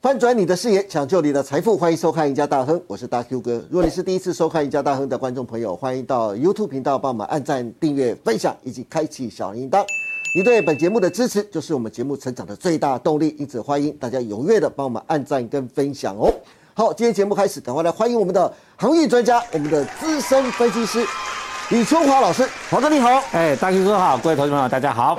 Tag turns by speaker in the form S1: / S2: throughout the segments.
S1: 翻转你的视野，抢救你的财富，欢迎收看《赢家大亨》，我是大 Q 哥。如果你是第一次收看《赢家大亨》的观众朋友，欢迎到 YouTube 频道帮我们按赞、订阅、分享以及开启小铃铛。你对本节目的支持就是我们节目成长的最大动力，因此欢迎大家踊跃的帮我们按赞跟分享哦。好，今天节目开始，赶快来欢迎我们的航运专家，我们的资深分析师李春华老师，华哥你好。
S2: 哎，大 Q 哥好，各位投资朋友大家好。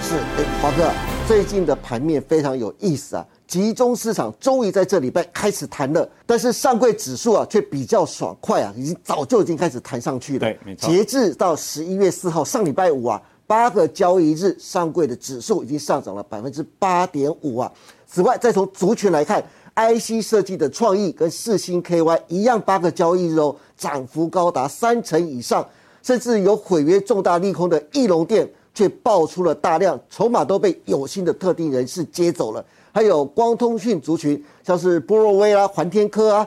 S1: 是，哎，华哥，最近的盘面非常有意思啊，集中市场终于在这礼拜开始谈了，但是上柜指数啊却比较爽快啊，已经早就已经开始弹上去了。
S2: 对没错
S1: 截至到十一月四号，上礼拜五啊，八个交易日上柜的指数已经上涨了百分之八点五啊。此外，再从族群来看。IC 设计的创意跟世星 KY 一样，八个交易日哦，涨幅高达三成以上。甚至有毁约重大利空的翼龙店，却爆出了大量筹码都被有心的特定人士接走了。还有光通讯族群，像是波若威啦、环天科啊，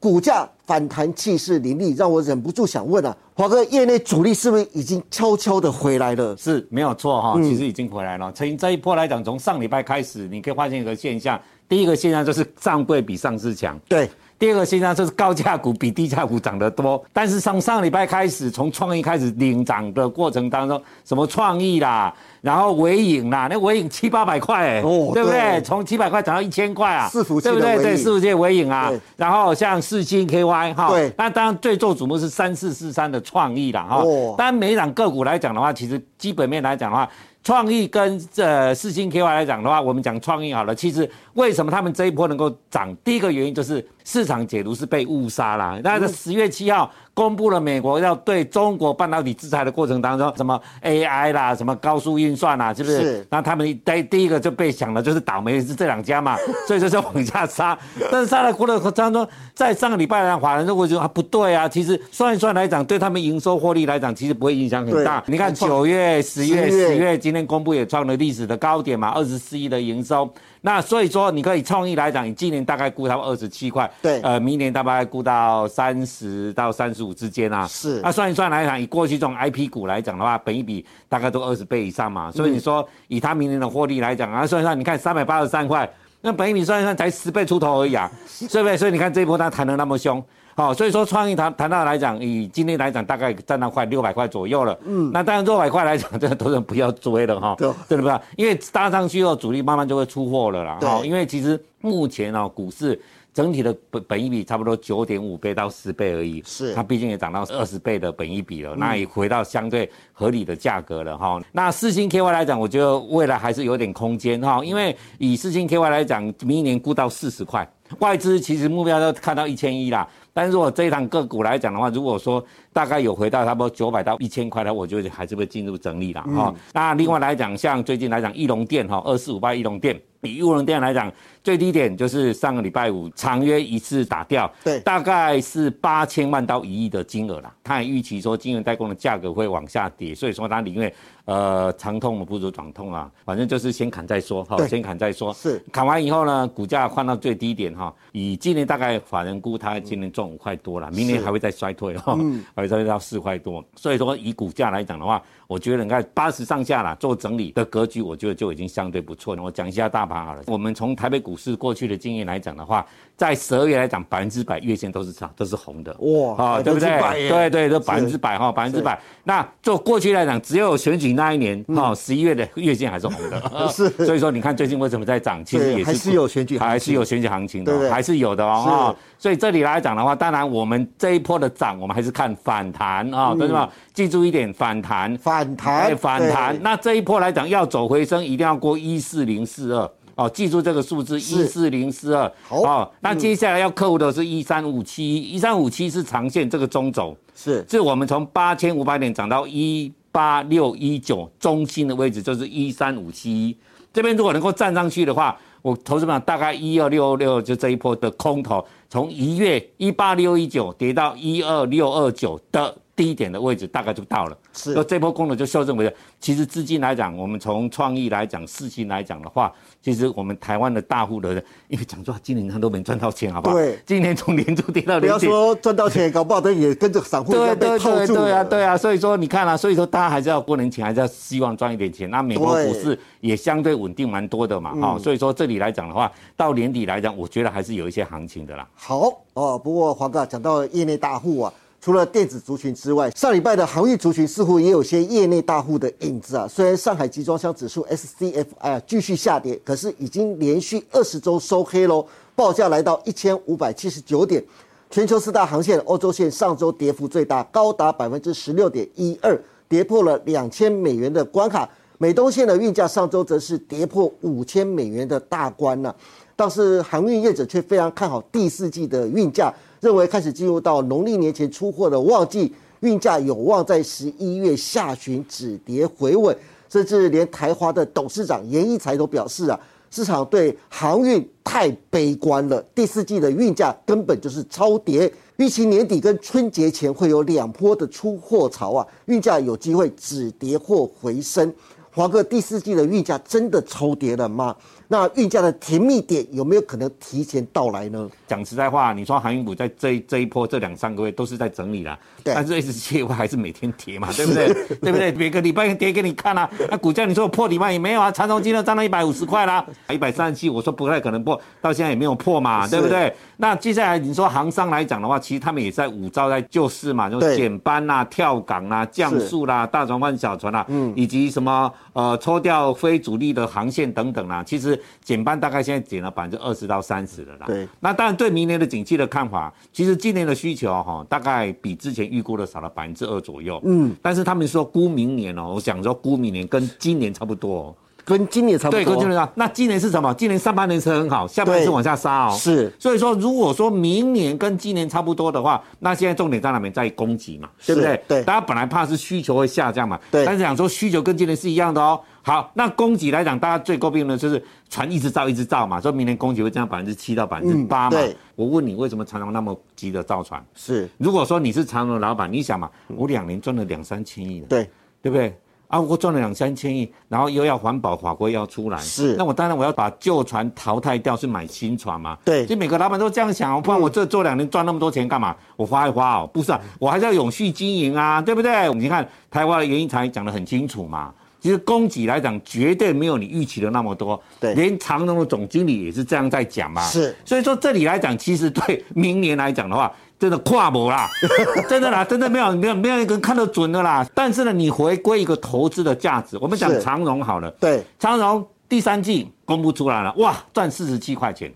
S1: 股价反弹气势凌厉，让我忍不住想问啊，华哥，业内主力是不是已经悄悄的回来了？
S2: 是没有错
S1: 嗯
S2: 哈、其实已经回来了。从这一波来讲，从上礼拜开始，你可以发现一个现象，第一个现象就是上柜比上市强。
S1: 对，
S2: 第二个现象就是高价股比低价股涨得多，但是从上礼拜开始，从创意开始领涨的过程当中，什么创意啦，然后尾影啦，那尾影七八百块、欸，
S1: 哦
S2: 对不
S1: 对
S2: 对？从七百块涨到一千块啊，
S1: 伺服器
S2: 对不
S1: 的
S2: 对？
S1: 微
S2: 对，
S1: 影
S2: 伺服器的尾影啊
S1: 对，
S2: 然后像四星 KY 哈，
S1: 对
S2: 那当然最受瞩目是三四四三的创意啦哈
S1: 哦，
S2: 当然每一档个股来讲的话，其实基本面来讲的话。创意跟呃四星 KY 来讲的话，我们讲创意好了。其实为什么他们这一波能够涨？第一个原因就是市场解读是被误杀啦。那在十月七号公布了美国要对中国半导体制裁的过程当中，什么 AI 啦，什么高速运算啦，是不是？
S1: 是
S2: 那他们一第第一个就被想了，就是倒霉是这两家 嘛，所以就是往下杀。 但是杀的过程当中，在上个礼拜呢，法人如果觉得啊不对啊，其实算一算来讲，对他们营收获利来讲，其实不会影响很大。
S1: 对
S2: 你看
S1: 没错
S2: 九月、十月、
S1: 10月
S2: 十月，今天公布也创了历史的高点嘛，二十四亿的营收。那所以说，你可以创意来讲，你今年大概估它二十七块，
S1: 对
S2: 呃，明年大概估到三十到三十五之间啊。
S1: 是
S2: 那算一算来讲，以过去这种 IP 股来讲的话，本一比大概都二十倍以上
S1: 嗯
S2: 嘛，所以你说以它明年的获利来讲啊，算一算，你看三百八十三块，那本一比算一算才十倍出头而 已啊，对不对？所以你看这一波它弹得那么凶。好、所以说创意谈谈到来讲，以今天来讲，大概占到快六百块左右了。嗯，那当然六百块来讲，这个投资人不要追了哈、
S1: 对
S2: 真的不要，因为搭上去后，主力慢慢就会出货了啦。
S1: 对
S2: 哦因为其实目前哦，股市整体的本本益比差不多九点五倍到十倍而已。
S1: 是
S2: 它它毕竟也涨到二十倍的本益比了，那也回到相对合理的价格了哈。那四星 KY 来讲，我觉得未来还是有点空间哈，因为以四星 KY 来讲，明年估到四十块，外资其实目标都看到一千一啦。但是如果这一档个股来讲的话，如果说大概有回到差不多九百到一千块的，我觉得还是会进入整理啦哈、那另外来讲，像最近来讲，翼龙店哈，二四五八翼龙店。以翼龙店来讲，最低点就是上个礼拜五长约一次打掉，
S1: 对
S2: 大概是八千万到一亿的金额啦。他也预期说晶圆代工的价格会往下跌，所以说他宁愿呃长痛不如短痛啊，反正就是先砍再说哈
S1: 对，
S2: 先砍再说。
S1: 是
S2: 砍完以后呢，股价换到最低点哈，以今年大概法人估它今年赚五块多了，明年还会再衰退哈，
S1: 嗯
S2: 还会再到四块多。所以说以股价来讲的话，我觉得你看八十上下啦做整理的格局，我觉得就已经相对不错了。我讲一下大盘好了，我们从台北股市过去的经验来讲的话，在十二月来讲，百分之百月线都是长都是红的
S1: 哇
S2: 啊，对不对
S1: 100%？耶
S2: 对对，都百分之百哈，百分之百。那就过去来讲，只有选举那一年哈，十一月的月线还是红的，
S1: 嗯 是
S2: 所以说你看最近为什么在涨，其实
S1: 对
S2: 也是
S1: 还是有选举行情
S2: 还是有选举行情的
S1: 对不
S2: 哦，
S1: 对
S2: 还是有的哦
S1: 是
S2: 哦。所以这里来讲的话，当然我们这一波的涨，我们还是看反弹啊，同志们记住一点，反弹
S1: 嗯反弹，
S2: 哎反弹。
S1: 对，
S2: 那这一波来讲，要走回升，一定要过一四零四二。哦，记住这个数字一
S1: 是
S2: 四零四二。
S1: 好嗯
S2: 哦，那接下来要克服的是一三五七，一三五七是长线这个中轴。
S1: 是
S2: 是我们从八千五百点涨到一八六一九中心的位置，就是一三五七一。这边如果能够站上去的话，我投资者大概一二六六就这一波的空头，从一月一八六一九跌到一二六二九的。低点的位置大概就到了。
S1: 是
S2: 那这波功能就修正为了。其实资金来讲，我们从创意来讲、事情来讲的话，其实我们台湾的大户的人，因为讲实话，今年他都没赚到钱，好不好？
S1: 对
S2: 今年从年初跌到
S1: 不
S2: 零
S1: 要
S2: 点。
S1: 说赚到钱，搞不好等也跟着散户一
S2: 对
S1: 样被
S2: 对
S1: 套
S2: 对
S1: 住
S2: 对啊，
S1: 了。
S2: 对啊，所以说你看啊，所以说大家还是要过年前还是要希望赚一点钱。那美国
S1: 对
S2: 股市也相对稳定蛮多的
S1: 嗯
S2: 嘛，哈、所以说这里来讲的话，到年底来讲，我觉得还是有一些行情的啦。
S1: 好哦，不过黄哥讲到业内大户啊，除了电子族群之外，上礼拜的航运族群似乎也有些业内大户的影子啊。虽然上海集装箱指数 SCFI 啊继续下跌，可是已经连续二十周收黑喽，报价来到一千五百七十九点。全球四大航线，欧洲线上周跌幅最大，高达百分之十六点一二，跌破了两千美元的关卡。美东线的运价上周则是跌破五千美元的大关了、但是航运业者却非常看好第四季的运价，认为开始进入到农历年前出货的旺季，运价有望在十一月下旬止跌回稳，甚至连台华的董事长严一才都表示啊，市场对航运太悲观了，第四季的运价根本就是超跌，预期年底跟春节前会有两波的出货潮啊，运价有机会止跌或回升。华哥，第四季的运价真的超跌了吗？那运价的甜蜜点有没有可能提前到来呢？
S2: 讲实在话，你说航运股在这一这一波这两三个月都是在整理啦，
S1: 对
S2: 但是 S 七 还是每天跌嘛，对不对？对不对？每个礼拜跌给你看啊，那股价你说破礼拜也没有啊，长荣今天涨到一百五十块啦，啊一百三十七，我说不太可能破，到现在也没有破嘛，
S1: 是
S2: 对不对？那接下来你说航商来讲的话，其实他们也在五招在救市嘛，就
S1: 对
S2: 是减班啦、跳港啦、降
S1: 是嗯
S2: 速啦、大船换小船啦，以及什么呃抽掉非主力的航线等等啦，其实减班大概现在减了百分之二十到三十了啦。
S1: 对
S2: 那当然，对明年的景气的看法，其实今年的需求哈、大概比之前预估的少了百分之二左右。嗯，但是他们说估明年哦，我想说估明年跟今年差不多、哦。
S1: 跟今年差不多。
S2: 对，跟今年差不多。那今年是什么？今年上半年是很好，下半年是
S1: 对
S2: 往下杀哦。
S1: 是
S2: 所以说，如果说明年跟今年差不多的话，那现在重点当然没在供给嘛，对不
S1: 是
S2: 对？
S1: 对
S2: 大家本来怕是需求会下降嘛，
S1: 对
S2: 但是想说需求跟今年是一样的哦。好，那供给来讲，大家最诟病的就是船一直造一直造嘛，说明年供给会降百分之七到百分之八嘛。
S1: 嗯对
S2: 我问你，为什么长隆那么急着造船？
S1: 是，
S2: 如果说你是长隆的老板，你想嘛，我两年赚了两三千亿呢。
S1: 对，
S2: 对不对？啊，我赚了两三千亿，然后又要环保法规要出来，
S1: 是
S2: 那我当然我要把旧船淘汰掉，去买新船嘛。
S1: 对嗯
S2: 就每个老板都这样想，不然我这做两年赚那么多钱干嘛？我花一花哦，不是啊，我还是要永续经营啊，对不对？你看台湾的原因才讲得很清楚嘛。其实供给来讲，绝对没有你预期的那么多。
S1: 对
S2: 连长荣的总经理也是这样在讲嘛。
S1: 是
S2: 所以说这里来讲，其实对明年来讲的话，真的跨博啦， 真的啦，真的没有没有没有一个人看得准的啦。但是呢，你回归一个投资的价值，我们讲
S1: 是
S2: 长荣好了，
S1: 对，
S2: 长荣第三季公布出来了，哇，赚四十七块钱。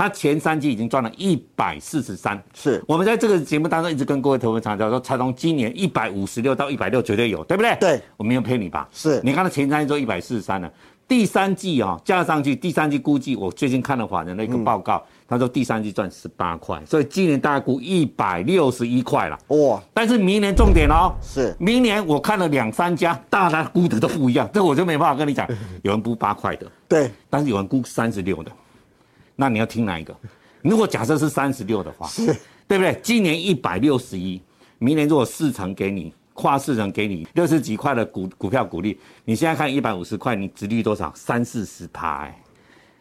S2: 它前三季已经赚了一百四十三，
S1: 是
S2: 我们在这个节目当中一直跟各位投资强调说，长荣今年一百五十六到一百六绝对有，对不对？
S1: 对，
S2: 我没有骗你吧？
S1: 是
S2: 你看它前三季都一百四十三了，第三季啊、哦、加上去，第三季估计我最近看了法人的一个报告，
S1: 嗯
S2: 他说第三季赚十八块，所以今年大概估一百六十一块了。
S1: 哇，
S2: 但是明年重点哦，
S1: 是
S2: 明年我看了两三家，大家估的都不一样，这我就没办法跟你讲。有人估八块的，
S1: 对，
S2: 但是有人估三十六的，那你要听哪一个？如果假设是三十六的话，对不对？今年一百六十一，明年如果市场给你跨市场给你六十几块的股股票股利，你现在看一百五十块，你值率多少？三四十趴。哎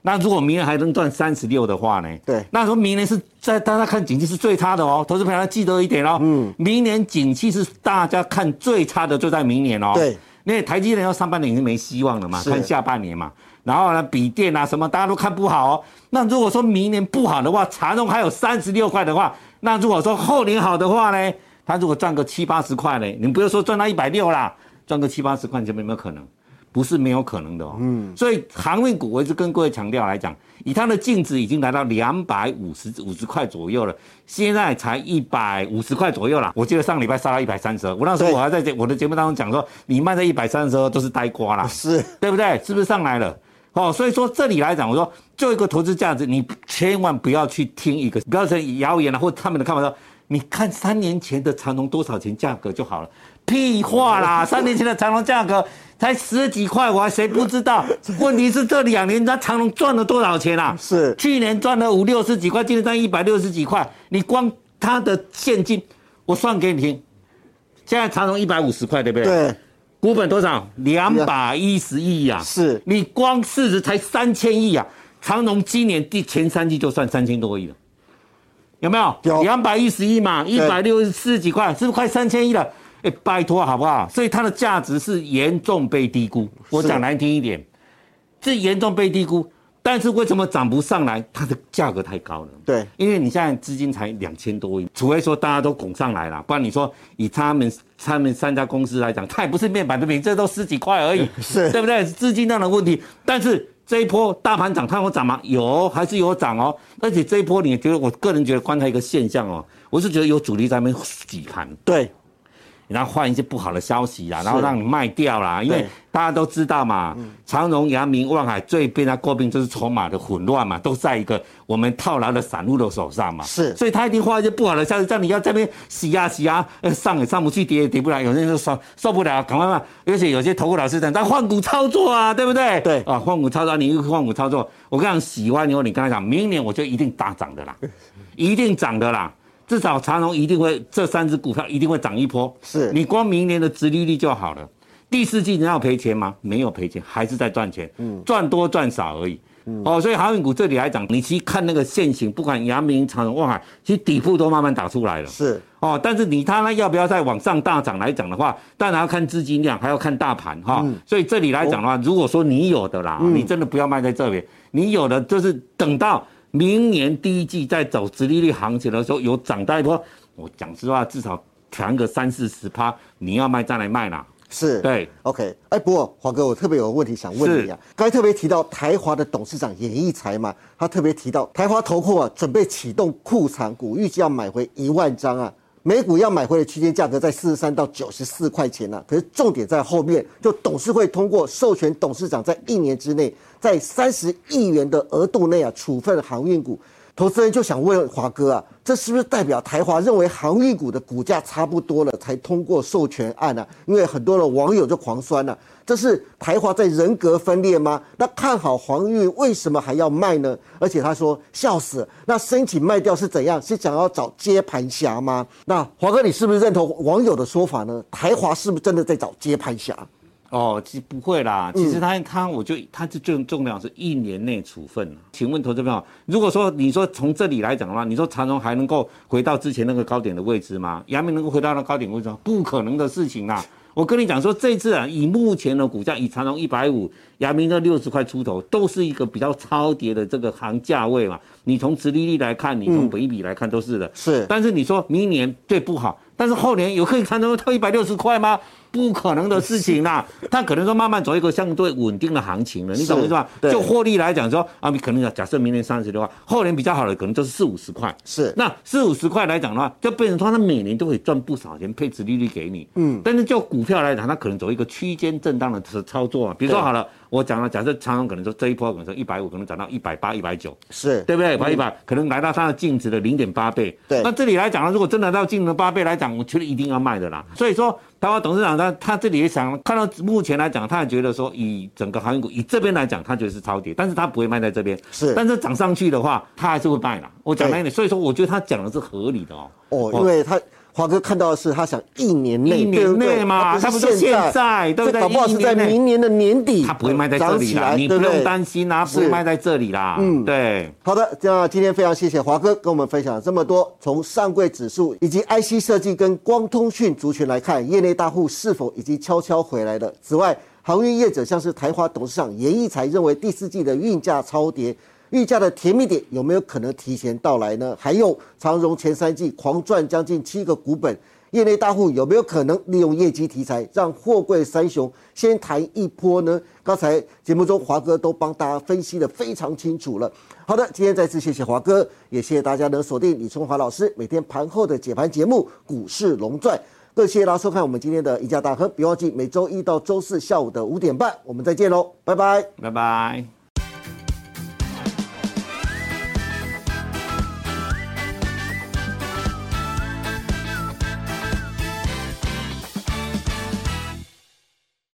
S2: 那如果明年还能赚三十六的话呢？
S1: 对
S2: 那时候明年是在大家看景气是最差的哦，投资朋友要记得一点哦。嗯，明年景气是大家看最差的，就在明年哦。
S1: 对，
S2: 因为台积电要上半年已经没希望了嘛，
S1: 是
S2: 看下半年嘛。然后呢，笔电啊什么大家都看不好哦。那如果说明年不好的话，长荣还有三十六块的话，那如果说后年好的话呢，他如果赚个七八十块呢，你不要说赚到一百六啦，赚个七八十块，你觉得有没有可能？不是没有可能的哦。嗯，所以航运股，我一直跟各位强调来讲，以它的净值已经来到两百五十五十块左右了，现在才一百五十块左右啦。我记得上礼拜杀到一百三十二，我那时候
S1: 对
S2: 我还在节我的节目当中讲说，你卖在一百三十二都是呆瓜啦。
S1: 是，
S2: 对不对？是不是上来了？哦，所以说这里来讲，我说就一个投资价值，你千万不要去听一个，不要成谣言了，啊或他们的看法说，你看三年前的长隆多少钱价格就好了，屁话啦！三年前的长隆价格才十几块，我还谁不知道？问题是这两年他长隆赚了多少钱啊？
S1: 是
S2: 去年赚了五六十几块，今年赚一百六十几块，你光他的现金，我算给你听，现在长荣一百五十块，对不对？
S1: 对，
S2: 股本多少？两百一十亿呀、
S1: 是
S2: 你光市值才三千亿呀、长荣今年第前三季就算三千多亿了，有没有？
S1: 有
S2: 两百一十亿嘛，一百六十四几块，是不是快三千亿了？哎，拜托好不好？所以它的价值是严重被低估。我
S1: 是
S2: 讲难听一点，是严重被低估。但是为什么涨不上来？它的价格太高了。
S1: 对
S2: 因为你现在资金才两千多亿，除非说大家都拱上来了，不然你说以他们他们三家公司来讲，它也不是面板的饼，这都十几块而已，
S1: 是
S2: 对不对？资金量的问题。但是这一波大盘涨，它有涨吗？有，还是有涨哦。而且这一波，你觉得我个人觉得观察一个现象哦，我是觉得有主力在那边洗盘，
S1: 对，
S2: 然后换一些不好的消息啊啦，然后
S1: 是
S2: 让你卖掉啦，因为
S1: 对嗯
S2: 大家都知道嘛，长荣、阳明、望海最被他诟病就是筹码的混乱嘛，都在一个我们套牢的散户的手上嘛，
S1: 是
S2: 所以他一定换一些不好的消息，让你要这边洗呀、洗呀、呃上也上不去，跌也跌不来，有些人就受受不了，赶快卖，而且有些投顾老师讲，他换股操作啊，对不对？
S1: 对
S2: 啊，换股操作，你又换股操作，我跟你讲，洗完以后，你跟他讲，明年我就一定大涨的啦，一定涨的啦。至少长荣一定会，这三只股票一定会涨一波。
S1: 是
S2: 你光明年的殖利率就好了。第四季你要赔钱吗？没有赔钱，还是在赚钱，赚多赚少而已。哦，所以航运股这里来讲，你去看那个现形，不管阳明、长荣、望海，其实底部都慢慢打出来了。
S1: 是
S2: 哦，但是你它呢要不要再往上大涨来讲的话，当然要看资金量，还要看大盘哈、所以这里来讲的话，如果说你有的啦，你真的不要卖在这边，你有的就是等到明年第一季在走直利率行情的时候，有涨到一波，我讲实话，至少调个三四十趴，你要卖再来卖啦。
S1: 是，
S2: 对
S1: ，OK，哎，不过华哥，我特别有个问题想问你啊，刚才特别提到台华的董事长严义才嘛，他特别提到台华投控啊，准备启动库藏股，预计要买回一万张啊。每股要买回的区间价格在四十三到九十四块钱呢、啊，可是重点在后面，就董事会通过授权董事长在一年之内，在三十亿元的额度内啊处分航运股，投资人就想问华哥啊，这是不是代表台华认为航运股的股价差不多了，才通过授权案呢、啊？因为很多的网友就狂酸了、这是台华在人格分裂吗？那看好航运为什么还要卖呢？而且他说笑死了，那申请卖掉是怎样？是想要找接盘侠吗？那华哥，你是不是认同网友的说法呢？台华是不是真的在找接盘侠？
S2: 哦，其实不会啦。其实他、他，我就他这最重要是一年内处分啊请问投资朋友，如果说你说从这里来讲的话，你说长荣还能够回到之前那个高点的位置吗？阳明能够回到那高点位置吗？不可能的事情啊！我跟你讲说，这次啊，以目前的股价，以长荣一百五，阳明的六十块出头，都是一个比较超跌的这个行价位嘛。你从殖利率来看，你从本益比来看都是的。
S1: 是
S2: 但是你说明年最不好，但是后年有可以看到 到一百六十块吗？不可能的事情啦，它可能说慢慢走一个相对稳定的行情了，你懂我意思吧？
S1: 对
S2: 就获利来讲说啊，你可能假设明年三十的话，后年比较好的可能就是四五十块。
S1: 是
S2: 那四五十块来讲的话，就变成说它每年都会赚不少钱，配置利率给你。嗯，但是就股票来讲，它可能走一个区间震荡的操操作啊。比如说
S1: 对
S2: 好了，我讲了，假设长荣可能说这一波可能说一百五，可能涨到一百八、一百九。
S1: 是
S2: 对不对？百一百可能来到它的净值的零点八倍。
S1: 嗯对
S2: 那这里来讲呢，如果真的到净值八倍来讲，我觉得一定要卖的啦。所以说，台湾董事长他他这里也想看到目前来讲，他也觉得说，以整个航运股以这边来讲，他觉得是超跌，但是他不会卖在这边。
S1: 是
S2: 但是涨上去的话，他还是会卖啦。我讲那一点，所以说我觉得他讲的是合理的哦。
S1: 哦，因为他华哥看到的是他想一年内，
S2: 一年
S1: 对不对
S2: 内嘛
S1: 他
S2: 他
S1: 不
S2: 不
S1: 是
S2: 是
S1: 现
S2: 现在对
S1: 这
S2: 不对
S1: 搞不好是在
S2: 一年内
S1: 明年的年底，
S2: 他不会卖在这
S1: 涨
S2: 里
S1: 起
S2: 啦，
S1: 来，
S2: 你
S1: 对
S2: 不
S1: 对
S2: 用担心啦，不会
S1: 是
S2: 卖在这里啦。嗯，对。
S1: 好的，那今天非常谢谢华哥跟我们分享了这么多。从上柜指数以及 IC 设计跟光通讯族群来看，业内大户是否已经悄悄回来了？此外，航运业者像是台华董事长严义才认为，第四季的运价超跌，运价的甜蜜点有没有可能提前到来呢？还有长荣前三季狂赚将近七个股本。业内大户有没有可能利用业绩题材，让货柜三雄先谈一波呢？刚才节目中华哥都帮大家分析的非常清楚了。好的，今天再次谢谢华哥，也谢谢大家能锁定李春华老师每天盘后的解盘节目《股市龙钻》，更谢谢大家收看我们今天的赢家大亨，别忘记每周一到周四下午的五点半，我们再见喽，拜拜。
S2: 拜拜。